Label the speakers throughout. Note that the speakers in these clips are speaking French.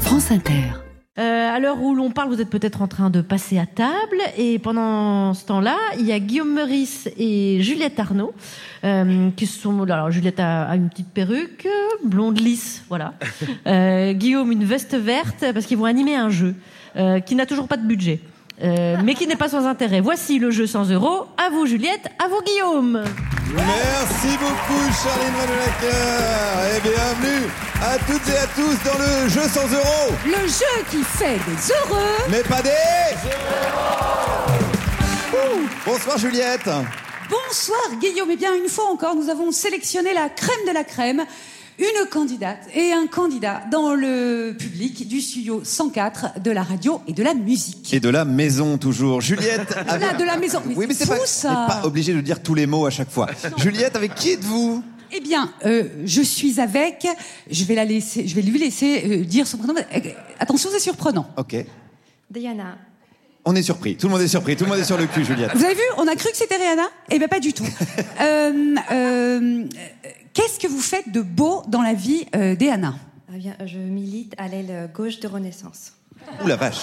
Speaker 1: France Inter.
Speaker 2: Euh, à l'heure où l'on parle, vous êtes peut-être en train de passer à table. Et pendant ce temps-là, il y a Guillaume Meurice et Juliette Arnaud, euh, qui sont. Alors, Juliette a, a une petite perruque, euh, blonde lisse, voilà. Euh, Guillaume, une veste verte, parce qu'ils vont animer un jeu euh, qui n'a toujours pas de budget, euh, mais qui n'est pas sans intérêt. Voici le jeu 100 euros. À vous, Juliette, à vous, Guillaume.
Speaker 3: Merci beaucoup Charline Vanhoenacker et bienvenue à toutes et à tous dans le jeu sans euros,
Speaker 4: Le jeu qui fait des heureux.
Speaker 3: mais pas des Ouh. Bonsoir Juliette
Speaker 4: Bonsoir Guillaume. Et bien une fois encore, nous avons sélectionné la crème de la crème, une candidate et un candidat dans le public du studio 104 de la radio et de la musique.
Speaker 3: Et de la maison toujours. Juliette
Speaker 4: Là, de la maison. Mais
Speaker 3: Oui mais c'est
Speaker 4: fou,
Speaker 3: pas,
Speaker 4: ça.
Speaker 3: t'es pas obligé de dire tous les mots à chaque fois. Juliette, avec qui êtes-vous
Speaker 4: Eh bien, euh, je suis avec. Je vais la laisser. Je vais lui laisser euh, dire son prénom. Euh, attention, c'est surprenant.
Speaker 3: Ok.
Speaker 5: Diana.
Speaker 3: On est surpris, tout le monde est surpris, tout le monde est sur le cul Juliette.
Speaker 4: Vous avez vu, on a cru que c'était Rihanna Eh bien, pas du tout. Euh, euh, Qu'est-ce que vous faites de beau dans la vie euh, d'Anna
Speaker 5: Ah bien, je milite à l'aile gauche de Renaissance.
Speaker 3: Ouh la vache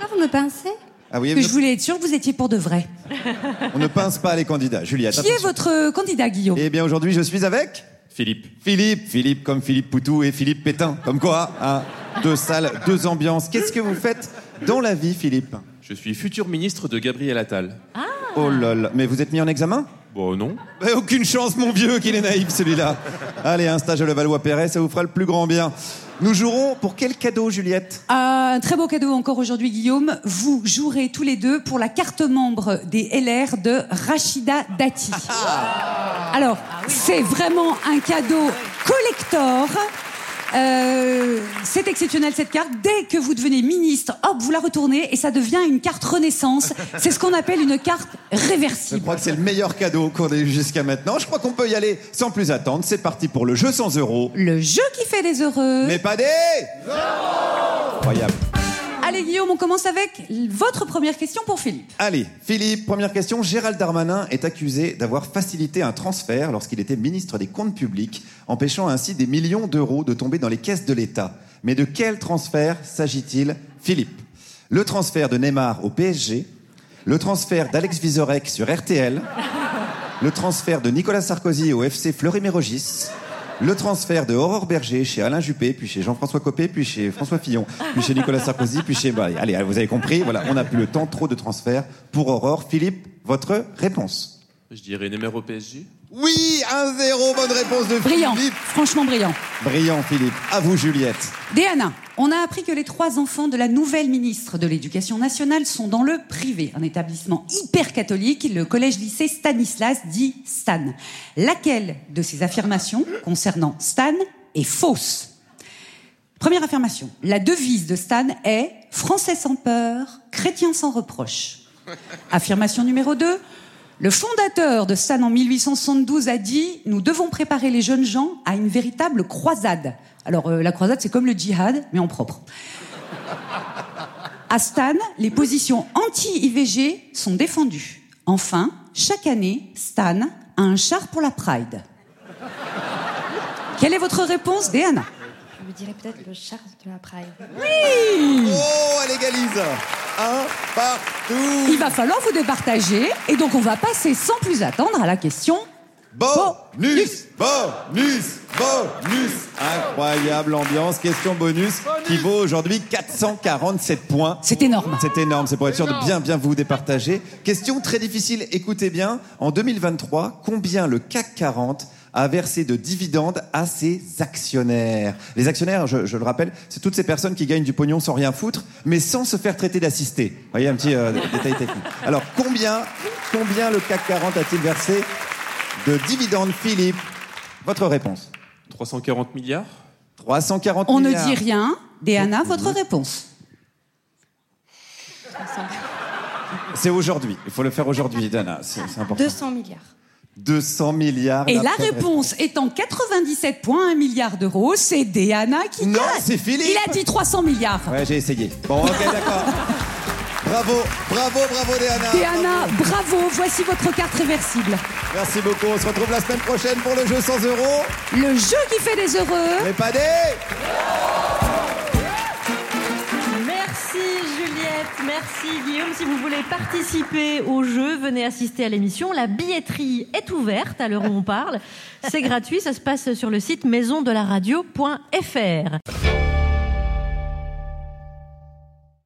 Speaker 5: Pourquoi vous me pincez
Speaker 3: Ah oui,
Speaker 4: Que je
Speaker 3: on
Speaker 4: voulais être sûre que vous étiez pour de vrai.
Speaker 3: ne- on ne pince pas les candidats. Juliette,
Speaker 4: Qui est
Speaker 3: attention.
Speaker 4: votre candidat, Guillaume
Speaker 3: Eh bien aujourd'hui je suis avec
Speaker 6: Philippe.
Speaker 3: Philippe, Philippe comme Philippe Poutou et Philippe Pétain, comme quoi, hein, deux salles, deux ambiances. Qu'est-ce que vous faites dans la vie, Philippe
Speaker 6: Je suis futur ministre de Gabriel Attal.
Speaker 3: Oh lol, mais vous êtes mis en examen
Speaker 6: Bon, non.
Speaker 3: Bah, Aucune chance, mon vieux, qu'il est naïf celui-là. Allez, un stage à Levallois-Perret, ça vous fera le plus grand bien. Nous jouerons pour quel cadeau, Juliette
Speaker 4: Un très beau cadeau encore aujourd'hui, Guillaume. Vous jouerez tous les deux pour la carte membre des LR de Rachida Dati.
Speaker 3: Ah.
Speaker 4: Alors, c'est vraiment un cadeau collector. Euh, c'est exceptionnel cette carte. Dès que vous devenez ministre, hop, vous la retournez et ça devient une carte renaissance. C'est ce qu'on appelle une carte
Speaker 3: Je
Speaker 4: réversible.
Speaker 3: crois que c'est le meilleur cadeau qu'on ait eu jusqu'à maintenant. Je crois qu'on peut y aller sans plus attendre. C'est parti pour le jeu sans euros.
Speaker 4: Le jeu qui fait des heureux.
Speaker 3: Mais pas des Incroyable.
Speaker 4: Allez, Guillaume, on commence avec votre première question pour Philippe.
Speaker 3: Allez, Philippe, première question. Gérald Darmanin est accusé d'avoir facilité un transfert lorsqu'il était ministre des Comptes publics, empêchant ainsi des millions d'euros de tomber dans les caisses de l'État. Mais de quel transfert s'agit-il, Philippe Le transfert de Neymar au PSG, le transfert d'Alex Vizorek sur RTL, le transfert de Nicolas Sarkozy au FC Fleury-Mérogis, le transfert de Aurore Berger chez Alain Juppé, puis chez Jean-François Copé, puis chez François Fillon, puis chez Nicolas Sarkozy, puis chez... bah, allez, vous avez compris, voilà, on n'a plus le temps, trop de transferts pour Aurore. Philippe, votre réponse
Speaker 6: Je dirais Neymar au PSG.
Speaker 3: Oui, 1-0, bonne réponse de
Speaker 4: Brillant,
Speaker 3: Philippe.
Speaker 4: franchement brillant.
Speaker 3: Brillant, Philippe. À vous, Juliette.
Speaker 4: Déana, on a appris que les trois enfants de la nouvelle ministre de l'Éducation nationale sont dans le privé, un établissement hyper catholique, le collège-lycée Stanislas dit Stan. Laquelle de ces affirmations concernant Stan est fausse Première affirmation, la devise de Stan est Français sans peur, chrétien sans reproche. Affirmation numéro 2, le fondateur de Stan en 1872 a dit Nous devons préparer les jeunes gens à une véritable croisade. Alors, euh, la croisade, c'est comme le djihad, mais en propre. À Stan, les positions anti-IVG sont défendues. Enfin, chaque année, Stan a un char pour la Pride. Quelle est votre réponse, Déana
Speaker 5: Je dirais peut-être le char de la Pride.
Speaker 3: Oh, elle égalise. Un partout.
Speaker 4: Il va falloir vous départager, et donc on va passer sans plus attendre à la question.
Speaker 3: Bonus, bonus, bonus. Incroyable ambiance. Question bonus qui vaut aujourd'hui 447 points.
Speaker 4: C'est énorme.
Speaker 3: C'est énorme, c'est pour être sûr de bien bien vous départager. Question très difficile, écoutez bien. En 2023, combien le CAC 40 a versé de dividendes à ses actionnaires Les actionnaires, je, je le rappelle, c'est toutes ces personnes qui gagnent du pognon sans rien foutre, mais sans se faire traiter d'assistés. Vous voyez un petit euh, détail technique. Alors combien, combien le CAC 40 a-t-il versé de dividendes, Philippe Votre réponse
Speaker 6: 340 milliards
Speaker 3: 340
Speaker 4: On ne
Speaker 3: milliards.
Speaker 4: dit rien. Déana, votre réponse.
Speaker 3: C'est aujourd'hui. Il faut le faire aujourd'hui, Dana. C'est c'est important.
Speaker 5: 200 milliards.
Speaker 3: 200 milliards.
Speaker 4: Et la
Speaker 3: preuve est-
Speaker 4: réponse étant 97,1 milliards d'euros, c'est Déana qui
Speaker 3: Non,
Speaker 4: gagne.
Speaker 3: c'est Philippe.
Speaker 4: Il a dit 300 milliards.
Speaker 3: Ouais, j'ai essayé. Bon, ok, d'accord. Bravo, bravo, bravo, Déana.
Speaker 4: Déana, bravo, voici votre carte réversible.
Speaker 3: Merci beaucoup. On se retrouve la semaine prochaine pour le jeu 100 euros.
Speaker 4: Le jeu qui fait des heureux.
Speaker 3: Mais pas des.
Speaker 2: Merci Guillaume. Si vous voulez participer au jeu, venez assister à l'émission. La billetterie est ouverte à l'heure où on parle. C'est gratuit. Ça se passe sur le site maisondelaradio.fr.